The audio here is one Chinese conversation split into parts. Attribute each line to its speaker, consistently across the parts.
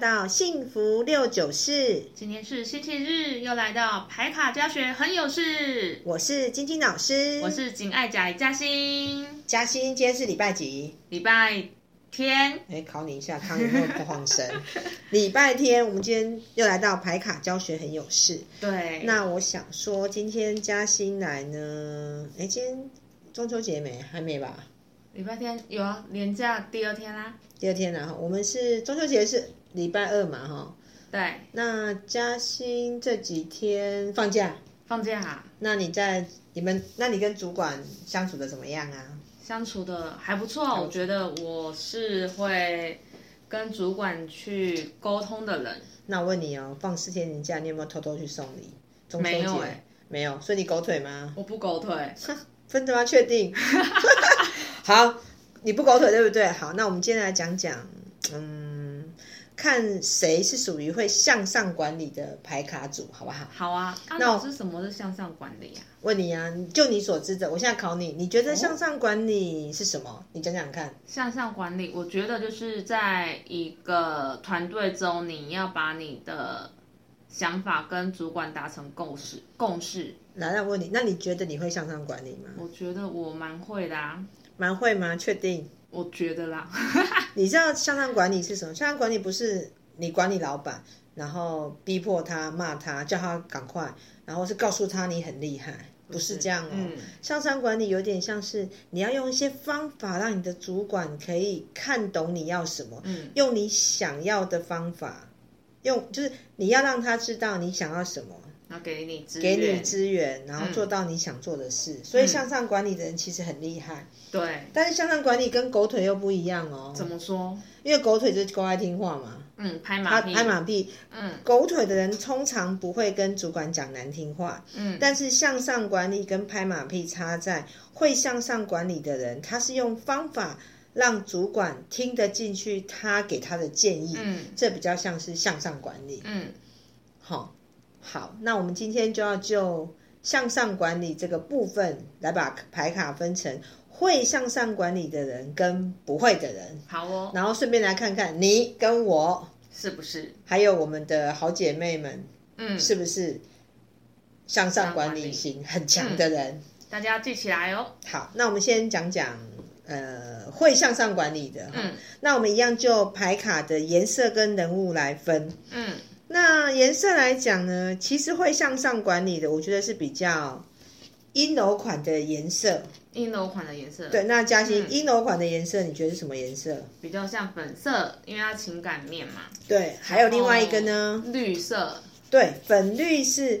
Speaker 1: 到幸福六九四，
Speaker 2: 今天是星期日，又来到排卡教学很有事。
Speaker 1: 我是晶晶老师，
Speaker 2: 我是景爱甲嘉欣，
Speaker 1: 嘉欣，今天是礼拜几？
Speaker 2: 礼拜天
Speaker 1: 哎，考你一下，看有没有不晃神。 礼拜天，我们今天又来到排卡教学很有事。
Speaker 2: 对，
Speaker 1: 那我想说，今天嘉欣来呢，哎，今天中秋节没？还没吧？
Speaker 2: 礼拜天有啊，连假第二天啦。
Speaker 1: 第二天了啊哈，我们是中秋节是礼拜二嘛哈。
Speaker 2: 对，
Speaker 1: 那嘉欣这几天放假，
Speaker 2: 放假、啊、
Speaker 1: 那你在你们，那你跟主管相处的怎么样啊？
Speaker 2: 相处的还不错，我觉得我是会跟主管去沟通的人。
Speaker 1: 那我问你哦，放四天年假，你有没有偷偷去送礼？中秋
Speaker 2: 没有
Speaker 1: 节
Speaker 2: 哎
Speaker 1: 没有，所以你狗腿吗？
Speaker 2: 我不 狗腿，
Speaker 1: 真的吗？确 定？好，你不狗腿对不对？好，那我们今天来讲讲，嗯，看谁是属于会向上管理的牌卡组，好不好？
Speaker 2: 好啊。啊那我是什么是向上管理啊？
Speaker 1: 问你啊，就你所知的，我现在考你，你觉得向上管理是什么？你讲讲看。
Speaker 2: 向上管理，我觉得就是在一个团队中，你要把你的想法跟主管达成共识。共识，
Speaker 1: 来，那我问你，那你觉得你会向上管理吗？
Speaker 2: 我觉得我蛮会的啊，
Speaker 1: 蛮会吗？确定？
Speaker 2: 我觉得啦，
Speaker 1: 你知道向上管理是什么？向上管理不是你管理老板，然后逼迫他、骂他、叫他赶快，然后是告诉他你很厉害，不是这样哦。
Speaker 2: 嗯
Speaker 1: 向上管理有点像是你要用一些方法，让你的主管可以看懂你要什么，
Speaker 2: 嗯
Speaker 1: 用你想要的方法，用就是你要让他知道你想要什么，
Speaker 2: 然后给你资
Speaker 1: 给
Speaker 2: 源，
Speaker 1: 你资源，然后
Speaker 2: 嗯
Speaker 1: 做到你想做的事。所以向上管理的人其实很厉害，
Speaker 2: 对，
Speaker 1: 但是向上管理跟狗腿又不一样哦，
Speaker 2: 怎么说？
Speaker 1: 因为狗腿就是狗爱听话嘛。哎
Speaker 2: 嗯，拍马屁，
Speaker 1: 拍马屁，
Speaker 2: 嗯
Speaker 1: 狗腿的人通常不会跟主管讲难听话，
Speaker 2: 嗯，
Speaker 1: 但是向上管理跟拍马屁差在，会向上管理的人，他是用方法让主管听得进去他给他的建议，
Speaker 2: 嗯
Speaker 1: 这比较像是向上管理。
Speaker 2: 嗯，
Speaker 1: 好、好，那我们今天就要就向上管理这个部分来把牌卡分成会向上管理的人跟不会的人，
Speaker 2: 好哦，
Speaker 1: 然后顺便来看看你跟我。
Speaker 2: 是不是？
Speaker 1: 还有我们的好姐妹们，
Speaker 2: 嗯，
Speaker 1: 是不是向上管理型很
Speaker 2: 嗯
Speaker 1: 强的人？
Speaker 2: 大家记起来哦。
Speaker 1: 好，那我们先讲讲呃会向上管理的。
Speaker 2: 嗯
Speaker 1: 那我们一样就牌卡的颜色跟人物来分。
Speaker 2: 嗯，
Speaker 1: 那颜色来讲呢，其实会向上管理的，我觉得是比较阴柔款的颜色。
Speaker 2: 阴柔款的颜色，
Speaker 1: 对，那嘉欣，
Speaker 2: 嗯
Speaker 1: 阴柔款的颜色你觉得是什么颜色？
Speaker 2: 比较像粉色，因为它情感面嘛。
Speaker 1: 对，还有另外一个呢，
Speaker 2: 哦绿色，
Speaker 1: 对，粉绿是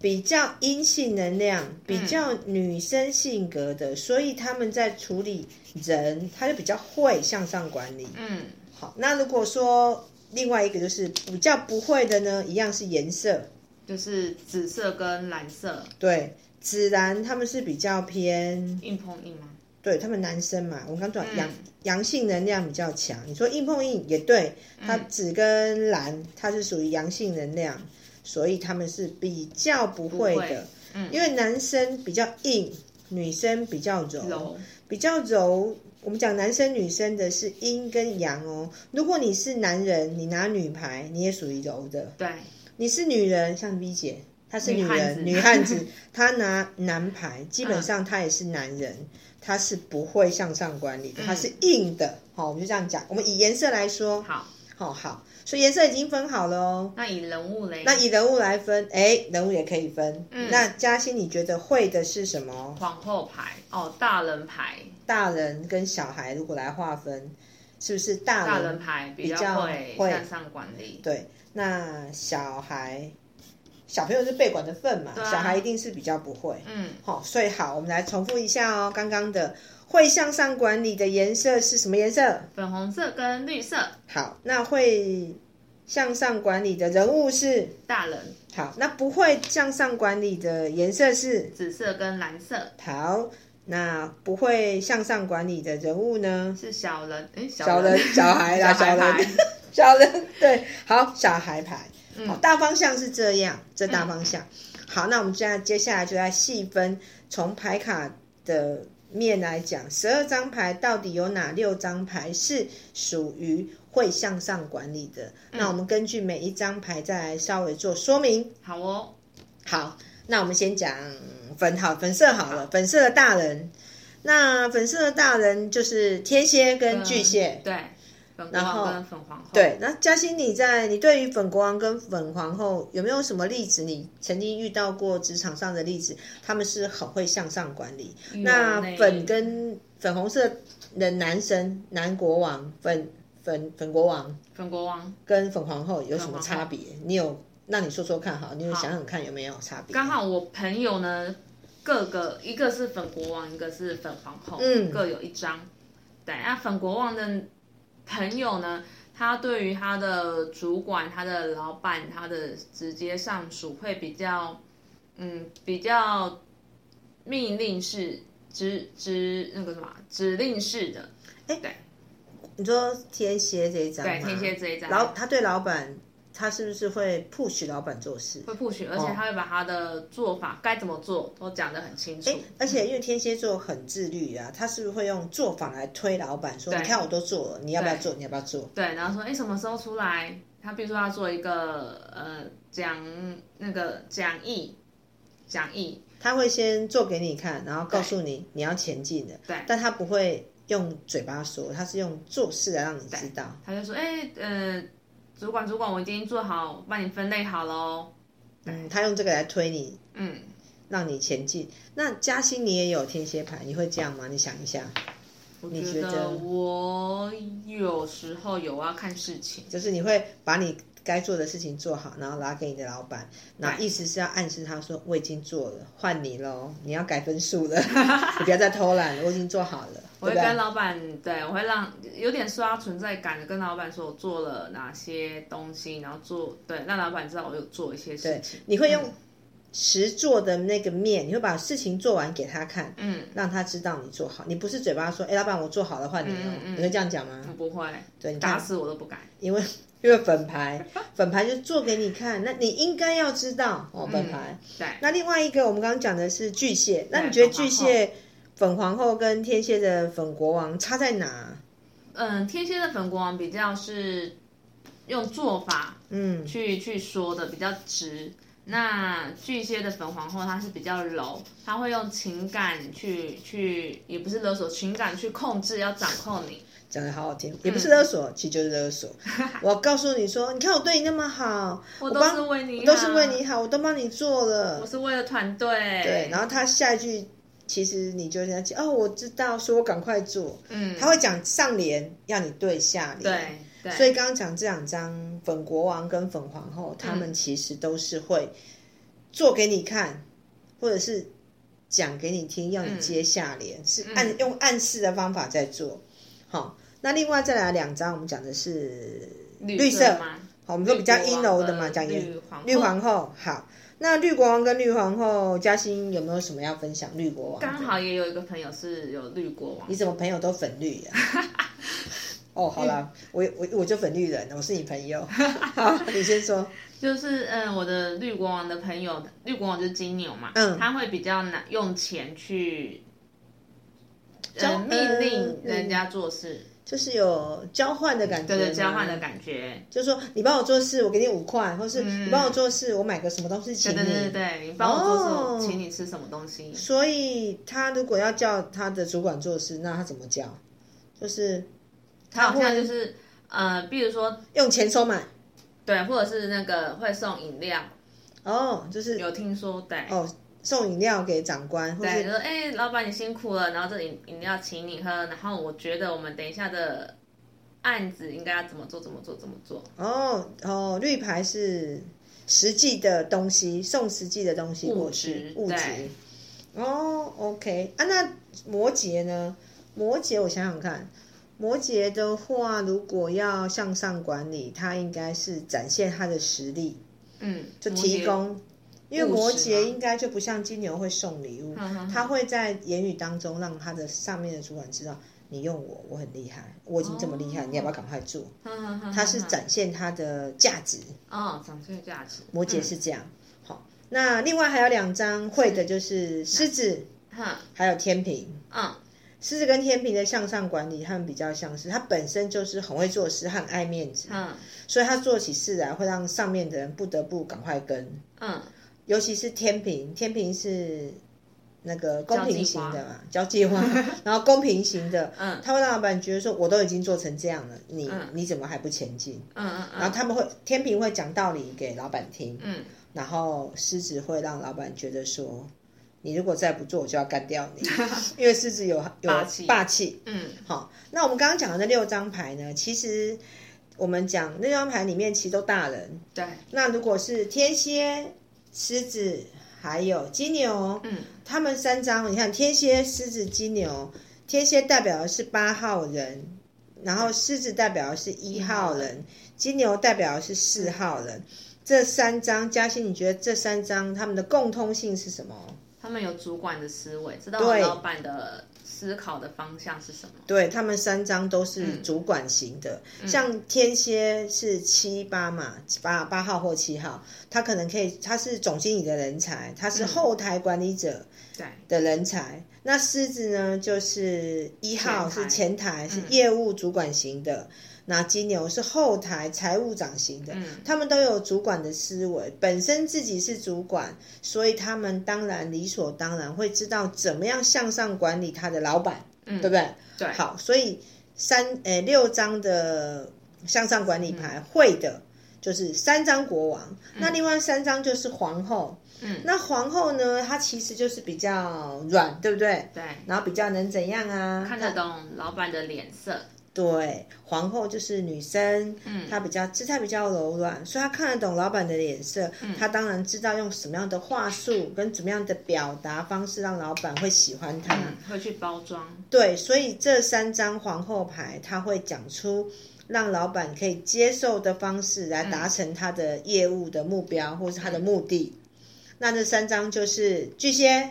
Speaker 1: 比较阴性能量、
Speaker 2: 嗯
Speaker 1: 比较女生性格的，所以他们在处理人，他就比较会向上管理。
Speaker 2: 嗯，
Speaker 1: 好，那如果说另外一个就是比较不会的呢，一样是颜色，
Speaker 2: 就是紫色跟蓝色，
Speaker 1: 对，紫蓝他们是比较偏，
Speaker 2: 硬碰硬吗？
Speaker 1: 对他们男生嘛，我们刚讲
Speaker 2: 嗯
Speaker 1: 阳阳性能量比较强，你说硬碰硬也对，
Speaker 2: 嗯
Speaker 1: 它紫跟蓝它是属于阳性能量，所以他们是比较不会
Speaker 2: 不会
Speaker 1: 的。
Speaker 2: 嗯，
Speaker 1: 因为男生比较硬，女生比较柔，
Speaker 2: 柔，
Speaker 1: 比较柔。我们讲男生女生的是阴跟阳哦。如果你是男人，你拿女牌，你也属于柔的；
Speaker 2: 对，
Speaker 1: 你是女人，像 V 姐，她是女人，女
Speaker 2: 女
Speaker 1: 汉
Speaker 2: 汉
Speaker 1: 子
Speaker 2: 子
Speaker 1: 她拿男牌，基本上她也是男人，她是不会向上管理的，
Speaker 2: 嗯
Speaker 1: 她是硬的。好、我们就这样讲。我们以颜色来说，
Speaker 2: 好，
Speaker 1: 好、好，所以颜色已经分好了哦。
Speaker 2: 那以人物嘞，
Speaker 1: 那以人物来分，哎，人物也可以分。
Speaker 2: 嗯
Speaker 1: 那嘉欣，你觉得会的是什么？
Speaker 2: 皇后牌哦，大人牌，
Speaker 1: 大人跟小孩如果来划分，是不是大人？
Speaker 2: 大人牌比
Speaker 1: 比
Speaker 2: 较会
Speaker 1: 较会
Speaker 2: 向上管理，
Speaker 1: 对，那小孩，小朋友是被管的份嘛，
Speaker 2: 对啊
Speaker 1: 小孩一定是比较不会。
Speaker 2: 嗯，
Speaker 1: 好、所以好，我们来重复一下哦，刚刚的会向上管理的颜色是什么颜色？
Speaker 2: 粉红色跟绿色，
Speaker 1: 好，那会向上管理的人物是
Speaker 2: 大人
Speaker 1: 好，那不会向上管理的颜色是
Speaker 2: 紫色跟蓝色
Speaker 1: 好，那不会向上管理的人物呢？
Speaker 2: 是小人，哎，
Speaker 1: 小人、 小孩啦，小
Speaker 2: 小孩
Speaker 1: 人
Speaker 2: 牌，
Speaker 1: 小人，对，好，小孩牌，好，
Speaker 2: 嗯
Speaker 1: 大方向是这样，这大方向。好，那我们现在接下来就来细分，从牌卡的面来讲，十二张牌到底有哪六张牌是属于会向上管理的？
Speaker 2: 嗯
Speaker 1: 那我们根据每一张牌再来稍微做说明。
Speaker 2: 好哦，
Speaker 1: 好，那我们先讲粉好粉色好了，粉色的大人。那粉色的大人就是天蝎跟巨蟹
Speaker 2: 嗯，对，粉国王跟粉皇后，
Speaker 1: 对，那嘉欣，你在你对于粉国王跟粉皇后有没有什么例子？你曾经遇到过职场上的例子，他们是很会向上管理。那
Speaker 2: 呢
Speaker 1: 粉跟粉红色的男神男国王，粉粉粉国王
Speaker 2: 粉国王
Speaker 1: 跟粉皇后有什么
Speaker 2: 粉皇后
Speaker 1: 差别？你有？那你说说看好，你有想想看有没有差别？
Speaker 2: 刚好我朋友呢，各个一个是粉国王，一个是粉皇后，
Speaker 1: 嗯
Speaker 2: 各有一张。对，那粉国王的朋友呢，他对于他的主管、他的老板、他的直接上属会比较，嗯，比较命令式、指指那个什么指令式的。
Speaker 1: 你说天蝎这一张吗，
Speaker 2: 对天蝎这一张
Speaker 1: 老他对老板，他是不是会 push 老板做事？
Speaker 2: 会 push，而且他会把他的做法、该怎么做都讲得很清楚。
Speaker 1: 而且因为天蝎座很自律啊，他是不是会用做法来推老板说：“你看我都做了，你要不要做？你要不要做
Speaker 2: 对，然后说哎什么时候出来？他比如说要做一个呃讲那个讲义，讲义？”
Speaker 1: 他会先做给你看，然后告诉你你要前进的。
Speaker 2: 对
Speaker 1: 但他不会用嘴巴说，他是用做事来让你知道。
Speaker 2: 他就说哎呃主管主管我已经做好，帮你分类好喽。
Speaker 1: 嗯，他用这个来推你，
Speaker 2: 嗯，
Speaker 1: 让你前进。那嘉欣，你也有天蝎牌，你会这样吗？你想一下，
Speaker 2: 我
Speaker 1: 你觉
Speaker 2: 觉
Speaker 1: 得
Speaker 2: 得我有时候有要看事情，
Speaker 1: 就是你会把你该做的事情做好，然后拿给你的老板，那意思是要暗示他说我已经做了，换你喽，你要改分数了， 你不要再偷懒了，我已经做好了，
Speaker 2: 我
Speaker 1: 对不
Speaker 2: 会
Speaker 1: 对？
Speaker 2: 跟老板对，我会让有点刷存在感的跟老板说我做了哪些东西，然后做对让老板知道我有做一些事情。
Speaker 1: 你会用实做的那个面，你会把事情做完给他看，
Speaker 2: 嗯，
Speaker 1: 让他知道你做好，你不是嘴巴说，哎，老板我做好了，换你喽，
Speaker 2: 嗯嗯
Speaker 1: 你会这样讲吗？
Speaker 2: 我不会，
Speaker 1: 对，你
Speaker 2: 打
Speaker 1: 看，
Speaker 2: 死我 都不敢。
Speaker 1: 因为因为粉牌，粉牌就做给你看，那你应该要知道哦，粉牌。
Speaker 2: 嗯对。
Speaker 1: 那另外一个，我们刚刚讲的是巨蟹，那你觉得巨蟹粉皇后跟天蝎的粉国王差在哪？
Speaker 2: 嗯，天蝎的粉国王比较是用做法
Speaker 1: 嗯，
Speaker 2: 去去说的，比较直。那巨蟹的粉皇后她是比较柔，她会用情感去去，也不是勒索，情感去控制，要掌控你。
Speaker 1: 讲的好好
Speaker 2: 嗯
Speaker 1: 听，也不是勒索，其实就是勒 索。我告诉你说，你看我对你那么好，我
Speaker 2: 都是为你
Speaker 1: 我都是
Speaker 2: 好
Speaker 1: 为你好，我都帮你做了。
Speaker 2: 我是为了团队。
Speaker 1: 对，然后他下一句，其实你就跟他讲，哦，我知道，所以我赶快做。
Speaker 2: 嗯，
Speaker 1: 他会讲上联，要你对下联。
Speaker 2: 对对，
Speaker 1: 所以刚刚讲这两张粉国王跟粉皇后，他
Speaker 2: 嗯
Speaker 1: 们其实都是会做给你看，或者是讲给你听，要你接下联，
Speaker 2: 嗯
Speaker 1: 是暗、用暗示的方法在做。好，那另外再来两张，我们讲的是
Speaker 2: 绿
Speaker 1: 色
Speaker 2: 吗？
Speaker 1: 好，我们说比较
Speaker 2: 绿
Speaker 1: 阴
Speaker 2: 国王
Speaker 1: 柔的嘛，
Speaker 2: 跟
Speaker 1: 讲也
Speaker 2: 绿皇
Speaker 1: 绿
Speaker 2: 后
Speaker 1: 皇后。好，那绿国王跟绿皇后，嘉欣有没有什么要分享？绿国王
Speaker 2: 刚好也有一个朋友是有绿国王
Speaker 1: 你，怎么朋友都粉绿 呀、哦，好啦，
Speaker 2: 嗯
Speaker 1: 我我我就粉绿人，我是你朋 友。好，你先说。
Speaker 2: 就是嗯，我的绿国王的朋友，绿国王就是金牛嘛，
Speaker 1: 嗯
Speaker 2: 他会比较拿用钱去，
Speaker 1: 交
Speaker 2: 呃，命令
Speaker 1: 嗯
Speaker 2: 人家做事，
Speaker 1: 就是有交换的感觉，
Speaker 2: 对对，交换的感觉，
Speaker 1: 就是说你帮我做事，我给你五块，或是
Speaker 2: 嗯
Speaker 1: 你帮我做事，我买个什么东西请
Speaker 2: 对
Speaker 1: 你。
Speaker 2: 对对对，你帮我做事，
Speaker 1: 哦
Speaker 2: 我请你吃什么东西，
Speaker 1: 所以他如果要叫他的主管做事，那他怎么叫？就是
Speaker 2: 他好像
Speaker 1: 会
Speaker 2: 就是呃，比如说
Speaker 1: 用钱收买
Speaker 2: 对，或者是那个会送饮料，
Speaker 1: 哦，就是
Speaker 2: 有听说对。
Speaker 1: 哦送饮料给长官，或
Speaker 2: 对，就是说哎、老板你辛苦了，然后这饮饮料请你喝，然后我觉得我们等一下的案子应该要怎么做，怎么做，怎么做。
Speaker 1: 哦哦绿牌是实际的东西，送实际的东西过去，
Speaker 2: 物
Speaker 1: 物
Speaker 2: 质
Speaker 1: 质
Speaker 2: 对。
Speaker 1: 哦，OK 啊，那摩羯呢？摩羯，我想想看，摩羯的话，如果要向上管理，他应该是展现他的实力，
Speaker 2: 嗯，
Speaker 1: 就
Speaker 2: 摩
Speaker 1: 提
Speaker 2: 羯
Speaker 1: 供。因为摩
Speaker 2: 务实
Speaker 1: 羯
Speaker 2: 吗
Speaker 1: 应该就不像金牛会送礼物，
Speaker 2: 嗯哼
Speaker 1: 他会在言语当中让他的上面的主管知道，你用我，我很厉害，我已经这么厉害，
Speaker 2: 哦嗯
Speaker 1: 你要不要赶快做？
Speaker 2: 他
Speaker 1: 他是展现他的价值，
Speaker 2: 哦，展现价值。
Speaker 1: 摩羯是这样。好，那另外还有两张会的就是狮子，
Speaker 2: 嗯，
Speaker 1: 还有天平。
Speaker 2: 嗯，
Speaker 1: 狮子跟天平的向上管理，他们比较像是他本身就是很会做事和爱面子，
Speaker 2: 嗯
Speaker 1: 所以他做起事来会让上面的人不得不赶快跟，
Speaker 2: 嗯
Speaker 1: 尤其是天平，天平是那个公平型的嘛，交际花， 然后公平型的，
Speaker 2: 嗯
Speaker 1: 他会让老板觉得说，我都已经做成这样了，你、
Speaker 2: 嗯
Speaker 1: 你怎么还不前进？
Speaker 2: 嗯嗯，
Speaker 1: 然后他们会天平会讲道理给老板听，
Speaker 2: 嗯
Speaker 1: 然后狮子会让老板觉得说，你如果再不做，我就要干掉 你，因为狮子有有
Speaker 2: 霸气
Speaker 1: 霸气。
Speaker 2: 嗯
Speaker 1: 好，那我们刚刚讲的那六张牌呢，其实我们讲那六张牌里面其实都大人。
Speaker 2: 对，
Speaker 1: 那如果是天蝎、狮子还有金牛，
Speaker 2: 嗯
Speaker 1: 他们三张，你看天蝎、狮子、金牛，天蝎代表的是八号人，然后狮子代表的是一号
Speaker 2: 一号
Speaker 1: 人，金牛代表的是四号人。这三张，嘉欣，你觉得这三张他们的共通性是什么？
Speaker 2: 他们有主管的思维，知道老板的思考的方向是什么。
Speaker 1: 对他们三张都是主管型的，
Speaker 2: 嗯
Speaker 1: 像天蝎是七八嘛，八八号或七号，他可能可以，他是总经理的人才，他
Speaker 2: 嗯
Speaker 1: 是后台管理者
Speaker 2: 对
Speaker 1: 的人才。那狮子呢，就是一号
Speaker 2: 前台嗯
Speaker 1: 是前台，是业务主管型的。那金牛是后台财务长型的，
Speaker 2: 嗯
Speaker 1: 他们都有主管的思维，本身自己是主管，所以他们当然理所当然会知道怎么样向上管理他的老板，对不对？
Speaker 2: 嗯对，
Speaker 1: 好，所以三呃六张的向上管理
Speaker 2: 嗯
Speaker 1: 牌会的，就是三张国王，那另外三张就是皇后。嗯，那皇后呢，她其实就是比较软，对不对？
Speaker 2: 对，
Speaker 1: 然后比较能怎样啊？
Speaker 2: 看得懂老板的脸色。
Speaker 1: 对，皇后就是女生，
Speaker 2: 嗯
Speaker 1: 她比较姿态比较柔软，所以她看得懂老板的脸色，
Speaker 2: 嗯
Speaker 1: 她当然知道用什么样的话术跟怎么样的表达方式让老板会喜欢她。
Speaker 2: 嗯，会去包装，
Speaker 1: 对，所以这三张皇后牌，他会讲出让老板可以接受的方式
Speaker 2: 嗯
Speaker 1: 来达成他的业务的目标、或是他的目的。那这三张就是巨蟹、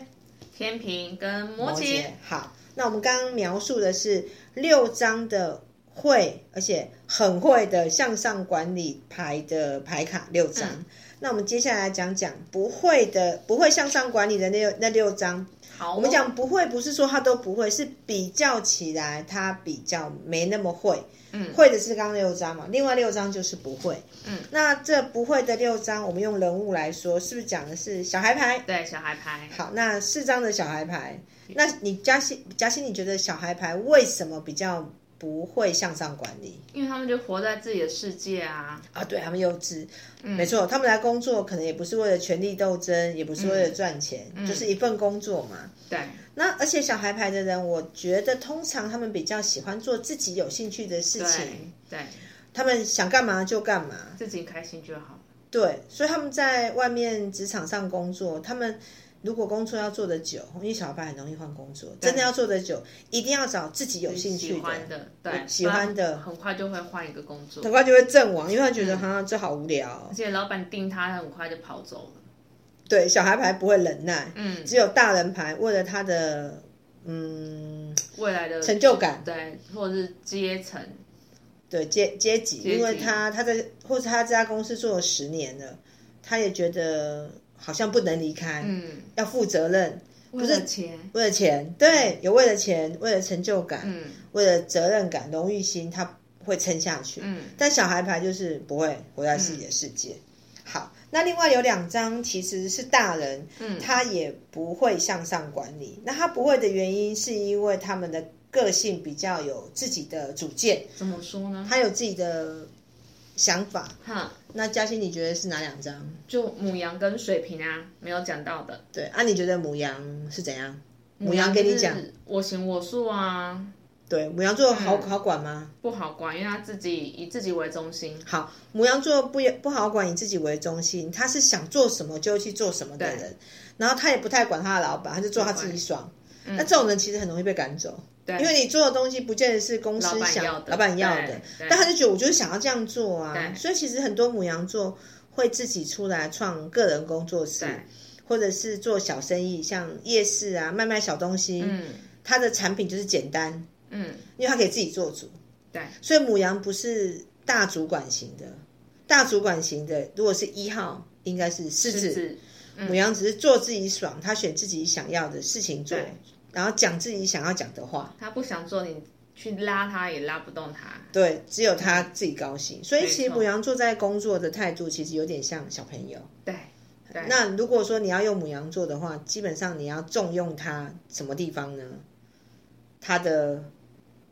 Speaker 2: 天平跟摩
Speaker 1: 摩羯
Speaker 2: 羯，。
Speaker 1: 嗯好，那我们刚刚描述的是六张的会，而且很会的向上管理牌的牌卡六张。
Speaker 2: 嗯
Speaker 1: 那我们接下来讲讲不会的、不会向上管理的那六那六张。
Speaker 2: 好哦，
Speaker 1: 我们讲不会，不是说他都不会，是比较起来他比较没那么会。嗯，会的是刚刚六张嘛，另外六张就是不会。嗯，那这不会的六张，我们用人物来说，是不是讲的是小孩牌？
Speaker 2: 对小孩牌，
Speaker 1: 好，那四张的小孩牌，那你嘉欣，嘉欣，你觉得小孩牌为什么比较不会向上管理
Speaker 2: 因为他们就活在自己的世界啊。
Speaker 1: 啊？对他们幼稚，
Speaker 2: 嗯
Speaker 1: 没错，他们来工作可能也不是为了权力斗争，也不是为了赚钱，就是一份工作嘛。
Speaker 2: 嗯对，
Speaker 1: 那而且小孩牌的人，我觉得通常他们比较喜欢做自己有兴趣的事
Speaker 2: 对
Speaker 1: 情，，
Speaker 2: 对，
Speaker 1: 嗯他们想干嘛就干嘛。
Speaker 2: 自己开心就好。
Speaker 1: 对，所以他们在外面职场上工作，他们如果工作要做得久，因为小孩牌很容易换工作，真的要做得久，一定要找自己有兴趣
Speaker 2: 喜欢
Speaker 1: 的
Speaker 2: 的，对，
Speaker 1: 喜欢
Speaker 2: 不然
Speaker 1: 的
Speaker 2: 很快就会换一个工作，
Speaker 1: 很快就会阵亡，因为他觉得哈、这好无聊哦、
Speaker 2: 嗯而且老板定他，他很快就跑走了。
Speaker 1: 对，小孩牌不会忍耐，
Speaker 2: 嗯
Speaker 1: 只有大人牌为了他的嗯
Speaker 2: 未来的
Speaker 1: 成就感，
Speaker 2: 对，或者是阶层，
Speaker 1: 对阶阶级，
Speaker 2: 级
Speaker 1: 因为他他在或者他这家公司做了十年了，他也觉得好像不能离开，
Speaker 2: 嗯，
Speaker 1: 要负责任，
Speaker 2: 为了钱，
Speaker 1: 为了钱，对，有为了钱，为了成就感，
Speaker 2: 嗯
Speaker 1: 为了责任感、荣誉心，他会撑下去。
Speaker 2: 嗯，
Speaker 1: 但小孩牌就是不会活在自己的世界。好，那另外有两张其实是大人，
Speaker 2: 嗯
Speaker 1: 他也不会向上管理。那他不会的原因是因为他们的个性比较有自己的主见，
Speaker 2: 怎么说呢？
Speaker 1: 他有自己的想法。
Speaker 2: 哈，
Speaker 1: 那嘉欣，你觉得是哪两张？
Speaker 2: 就母羊跟水瓶啊，没有讲到的。
Speaker 1: 对啊，你觉得母羊是怎样？母羊给你讲，，
Speaker 2: 我行我素啊，
Speaker 1: 对，母羊座好、好管吗？
Speaker 2: 嗯不好管，因为他自己以自己为中心。
Speaker 1: 好，母羊座不也不好管，以自己为中心，他是想做什么就去做什么的人，然后他也不太管他的老板，他就做他自己爽。那这种人其实很容易被赶走，
Speaker 2: 嗯对
Speaker 1: 因为你做的东西不见得是公司
Speaker 2: 老板
Speaker 1: 想
Speaker 2: 要的
Speaker 1: 老板要
Speaker 2: 对
Speaker 1: 的，
Speaker 2: 对
Speaker 1: 但他就觉得我就是想要这样做啊，
Speaker 2: 对
Speaker 1: 所以其实很多母羊座会自己出来创个人工作室，
Speaker 2: 对，
Speaker 1: 或者是做小生意，像夜市啊，卖卖小东西，
Speaker 2: 嗯
Speaker 1: 它的产品就是简单，
Speaker 2: 嗯，
Speaker 1: 因为它可以自己做主。
Speaker 2: 对，
Speaker 1: 所以母羊不是大主管型的，大主管型的如果是一号，应该是狮
Speaker 2: 狮
Speaker 1: 子。
Speaker 2: 子，
Speaker 1: 母羊只是做自己爽，他选自己想要的事情做
Speaker 2: 对，
Speaker 1: 然后讲自己想要讲的话，
Speaker 2: 他不想做，你去拉他也拉不动他。
Speaker 1: 对，只有他自己高兴。所以其实
Speaker 2: 没
Speaker 1: 母
Speaker 2: 错
Speaker 1: 羊座在工作的态度其实有点像小朋友。
Speaker 2: 对对，
Speaker 1: 那如果说你要用母羊座的话，基本上你要重用他什么地方呢？他的，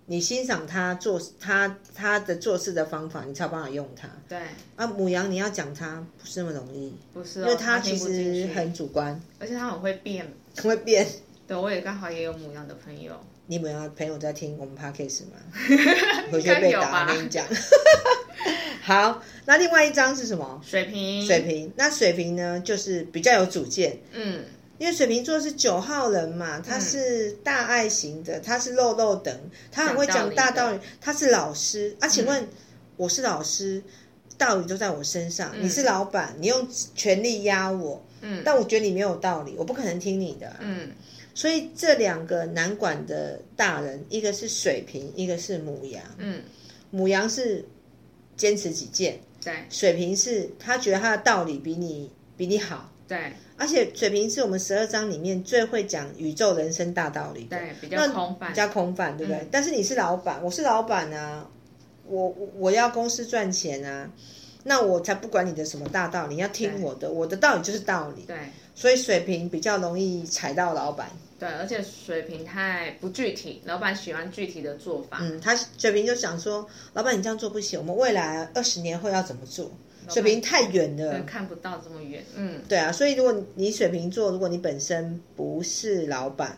Speaker 1: 你欣赏他做他他的做事的方法，你才有办法用他。
Speaker 2: 对，
Speaker 1: 啊，母羊你要讲他不是那么容易，
Speaker 2: 不是、哦，
Speaker 1: 因为他
Speaker 2: 听
Speaker 1: 其
Speaker 2: 不进
Speaker 1: 实
Speaker 2: 去
Speaker 1: 很主观，
Speaker 2: 而且他很会变。
Speaker 1: 会变。
Speaker 2: 对，我也刚好也有母羊的朋友，
Speaker 1: 你们有朋友在听我们 podcast 吗？ 回
Speaker 2: 应
Speaker 1: 去会
Speaker 2: 该
Speaker 1: 被
Speaker 2: 有
Speaker 1: 打，
Speaker 2: 吧
Speaker 1: 我？跟你讲。 好，那另外一张是什么？
Speaker 2: 水瓶，
Speaker 1: 水，瓶。那水瓶呢，就是比较有主见，
Speaker 2: 嗯，
Speaker 1: 因为水瓶座是九号人嘛，他是大爱型的，他是肉肉等，他很会讲大道理，他是老师啊。请问、我是老师，道理都在我身上，你是老板，你用权力压我，嗯，但我觉得你没有道理，我不可能听你的啊、
Speaker 2: 嗯，
Speaker 1: 所以这两个难管的大人，一个是水瓶，一个是母羊。
Speaker 2: 嗯，
Speaker 1: 母羊是坚持己见，
Speaker 2: 对
Speaker 1: 水瓶是他觉得他的道理比你比你好，
Speaker 2: 对
Speaker 1: 而且水瓶是我们十二章里面最会讲宇宙人生大道理的，
Speaker 2: 对，比较嗯空泛
Speaker 1: 比，较空泛，对不对？但是你是老板，我是老板啊，我我我要公司赚钱啊，那我才不管你的什么大道理，你要听我的，我的道理就是道理。
Speaker 2: 对
Speaker 1: 所以水瓶比较容易踩到老板。
Speaker 2: 对，而且水瓶太不具体，老板喜欢具体的做法，
Speaker 1: 嗯，他水瓶就想说，老板你这样做不行，我们未来二十年后要怎么做？水瓶太远了，
Speaker 2: 看不到这么远，嗯，
Speaker 1: 对啊，所以如果你水瓶座，如果你本身不是老板，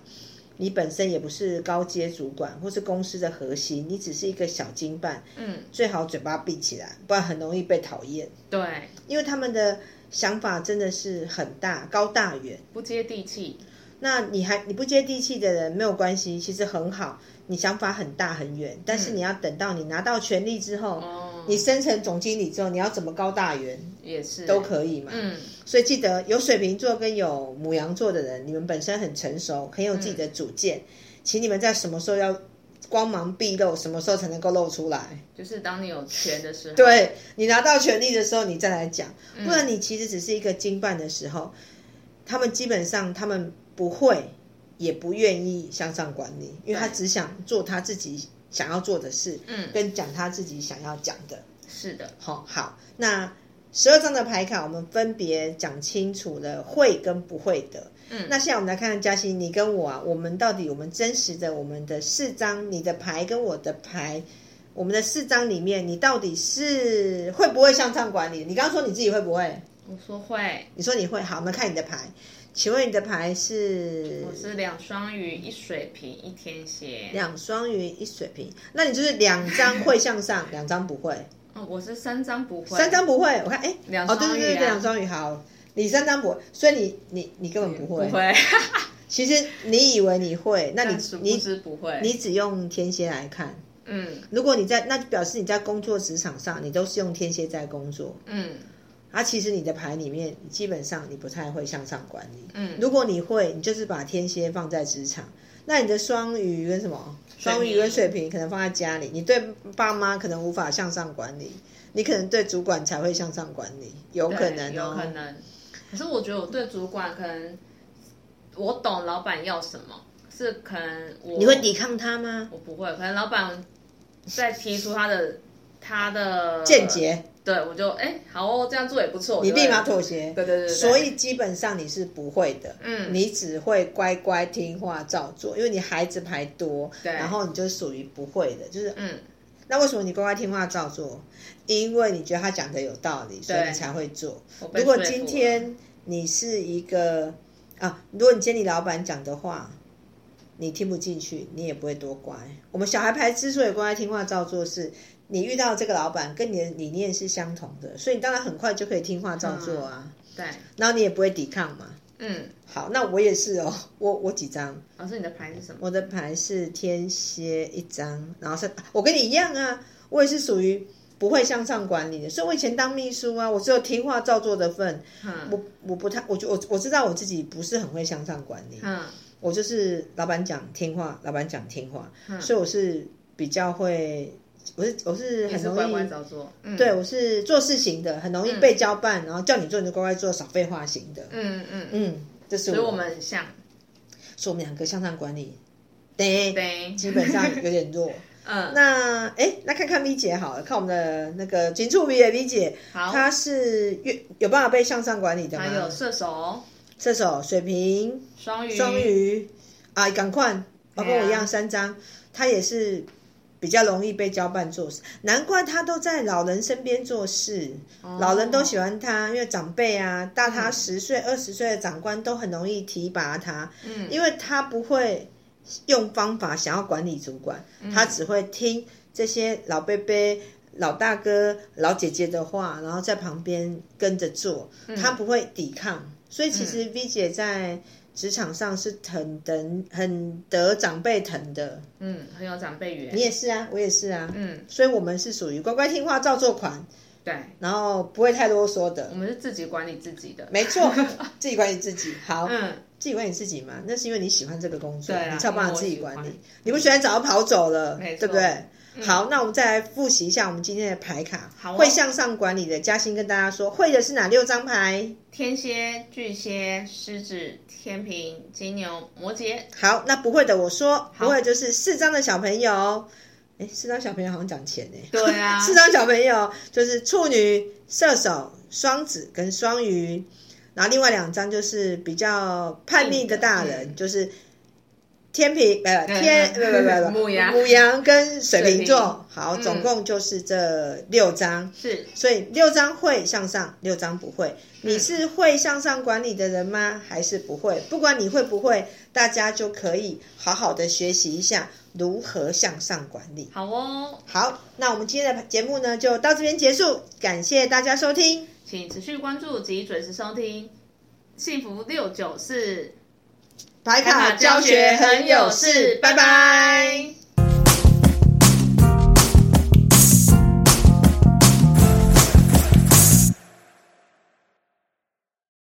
Speaker 1: 你本身也不是高阶主管或是公司的核心，你只是一个小经办，
Speaker 2: 嗯，
Speaker 1: 最好嘴巴闭起来，不然很容易被讨厌，
Speaker 2: 对，
Speaker 1: 因为他们的想法真的是很大高大远。
Speaker 2: 不接地气，
Speaker 1: 那你还你不接地气的人没有关系，其实很好。你想法很大很远，但是你要等到你拿到权力之后，
Speaker 2: 嗯哦，
Speaker 1: 你升成总经理之后，你要怎么高大远
Speaker 2: 也是
Speaker 1: 都可以嘛。
Speaker 2: 嗯，
Speaker 1: 所以记得有水瓶座跟有母羊座的人，你们本身很成熟，很有自己的主见，请你们在什么时候要光芒毕露，什么时候才能够露出来。
Speaker 2: 就是当你有权的时候，
Speaker 1: 对你拿到权力的时候，你再来讲，
Speaker 2: 嗯
Speaker 1: 不然你其实只是一个经办的时候，他们基本上他们不会，也不愿意向上管理，因为他只想做他自己想要做的事，
Speaker 2: 嗯
Speaker 1: 跟讲他自己想要讲的。
Speaker 2: 是的，
Speaker 1: 好、好，那十二张的牌卡，我们分别讲清楚了会跟不会的。嗯，那现在我们来看看嘉欣，你跟我啊，我们到底我们真实的我们的四张，你的牌跟我的牌，我们的四张里面，你到底是会不会向上管理？你刚刚说你自己会不会？
Speaker 2: 我说会，
Speaker 1: 你说你会，好，我们看你的牌，请问你的牌是
Speaker 2: 我是两双鱼，一水瓶，一天蝎，
Speaker 1: 两双鱼一水瓶，那你就是两张会向上，两张不会。
Speaker 2: 哦，我是三张不会，
Speaker 1: 三张不会，我看哎，
Speaker 2: 两
Speaker 1: 哦，对对对
Speaker 2: 双语啊
Speaker 1: 对，两双语好，你三张不会，所以你你你根本不
Speaker 2: 不
Speaker 1: 会。
Speaker 2: 会，
Speaker 1: 其实你以为你会，那你
Speaker 2: 但殊 不
Speaker 1: 你
Speaker 2: 知不会，
Speaker 1: 你只用天蝎来看。
Speaker 2: 嗯
Speaker 1: 如果你在，那就表示你在工作职场上，你都是用天蝎在工作。
Speaker 2: 嗯
Speaker 1: 啊，其实你的牌里面基本上你不太会向上管理。
Speaker 2: 嗯
Speaker 1: 如果你会，你就是把天蝎放在职场，那你的双鱼跟什么？
Speaker 2: 水
Speaker 1: 双
Speaker 2: 瓶
Speaker 1: 鱼跟水瓶可能放在家里，你对爸妈可能无法向上管理，你可能对主管才会向上管理，有可能
Speaker 2: 对
Speaker 1: 哦，
Speaker 2: 有可能。可是我觉得我对主管可能，我懂老板要什么，是可能我
Speaker 1: 你会抵抗他吗？
Speaker 2: 我不会，可能老板在提出他的他的
Speaker 1: 见，解，
Speaker 2: 对我就哎、好哦，这样做也不错，
Speaker 1: 你
Speaker 2: 我就会
Speaker 1: 立马妥协。
Speaker 2: 对对对对
Speaker 1: 所以基本上你是不会的，
Speaker 2: 嗯
Speaker 1: 你只会乖乖听话照做，因为你孩子牌多，
Speaker 2: 对
Speaker 1: 然后你就属于不会的，就是
Speaker 2: 嗯
Speaker 1: 那为什么你乖乖听话照做？因为你觉得他讲的有道理，所以你才会做。
Speaker 2: 被
Speaker 1: 如果
Speaker 2: 说服
Speaker 1: 今
Speaker 2: 了
Speaker 1: 天你是一个啊，如果你今天你老板讲的话，你听不进去，你也不会多乖。我们小孩牌之所以乖乖听话照做是，你遇到这个老板跟你的理念是相同的，所以你当然很快就可以听话照做啊，
Speaker 2: 嗯对
Speaker 1: 然后你也不会抵抗嘛。
Speaker 2: 哎嗯，
Speaker 1: 好，那我也是哦，我我几张？
Speaker 2: 老师你的牌是什么？
Speaker 1: 我的牌是天蝎一张，然后是，我跟你一样啊，我也是属于不会向上管理的，所以我以前当秘书啊，我只有听话照做的份，
Speaker 2: 嗯
Speaker 1: 我我不太，我就我我知道我自己不是很会向上管理，
Speaker 2: 嗯
Speaker 1: 我就是老板讲听话，老板讲听话，所以我是比较会，我是我是
Speaker 2: 也
Speaker 1: 很
Speaker 2: 是
Speaker 1: 容
Speaker 2: 乖
Speaker 1: 易。
Speaker 2: 乖照做，嗯
Speaker 1: 对，我是做事情的，很容易被交办，然后叫你做你就乖乖做，少废话型的。
Speaker 2: 嗯嗯，
Speaker 1: 嗯，这是
Speaker 2: 所以
Speaker 1: 我
Speaker 2: 我们很像，
Speaker 1: 所以我们两个向上管理，对，
Speaker 2: 对，
Speaker 1: 基本上 有点弱。
Speaker 2: 嗯，
Speaker 1: 那哎，诶那看看 V 姐好了，看我们的那个紧促 V 的 V 姐，
Speaker 2: 好，
Speaker 1: 她是有有办法被向上管理的
Speaker 2: 还有
Speaker 1: 吗？
Speaker 2: 射手、
Speaker 1: 射手、水瓶、
Speaker 2: 双鱼、啊
Speaker 1: 双鱼啊，赶快，包跟我一样三张，他也是比较容易被交办做事，难怪他都在老人身边做事，
Speaker 2: 哦嗯
Speaker 1: 老人都喜欢他，因为长辈啊，大他十岁、二十岁的长官都很容易提拔他，
Speaker 2: 嗯
Speaker 1: 因为他不会用方法想要管理主管，他只
Speaker 2: 嗯
Speaker 1: 会听这些老伯伯。老大哥、老姐姐的话，然后在旁边跟着做，
Speaker 2: 嗯
Speaker 1: 他不会抵抗。所以其实 V 姐在职场上是很得很得长辈疼的。
Speaker 2: 嗯，很有长辈缘。
Speaker 1: 你也是啊，我也是啊。
Speaker 2: 嗯，
Speaker 1: 所以我们是属于乖乖听话、照做款，
Speaker 2: 对，
Speaker 1: 然后不会太啰嗦的
Speaker 2: 我。嗯们是自己管理自己的。
Speaker 1: 没错， 自己管理自己。好，
Speaker 2: 嗯，
Speaker 1: 自己管理自己嘛，那是因为你喜欢这个工作，
Speaker 2: 对啊
Speaker 1: 你才有办法
Speaker 2: 因为我
Speaker 1: 自己
Speaker 2: 喜
Speaker 1: 管
Speaker 2: 欢
Speaker 1: 理。你不喜欢早就跑走了，
Speaker 2: 没错嗯
Speaker 1: 对不对？好，那我们再来复习一下我们今天的牌卡。
Speaker 2: 好哦
Speaker 1: 会向上管理的嘉欣跟大家说，会的是哪六张牌？
Speaker 2: 天蝎、巨蟹、狮子、天平、金牛、摩羯。
Speaker 1: 好，那不会的我说，不会就是四张的小朋友，哎，四张小朋友好像讲钱呢。
Speaker 2: 对啊，
Speaker 1: 四张小朋友就是处女、射手、双子跟双鱼，然后另外两张就是比较叛逆的大人，
Speaker 2: 嗯
Speaker 1: 就是天平呃
Speaker 2: 嗯
Speaker 1: 天不不不不
Speaker 2: 母羊
Speaker 1: 母羊跟水瓶
Speaker 2: 水
Speaker 1: 座
Speaker 2: 瓶，
Speaker 1: 好，
Speaker 2: 嗯
Speaker 1: 总共就是这六张。
Speaker 2: 是
Speaker 1: 所以六张会向上，六张不会。你是会向上管理的人吗？还是不会？不管你会不会，大家就可以好好的学习一下如何向上管理。
Speaker 2: 好哦，
Speaker 1: 好，那我们今天的节目呢就到这边结束，感谢大家收听，
Speaker 2: 请持续关注及准时收听《幸福六九四》，
Speaker 1: 牌卡教学很有事，拜拜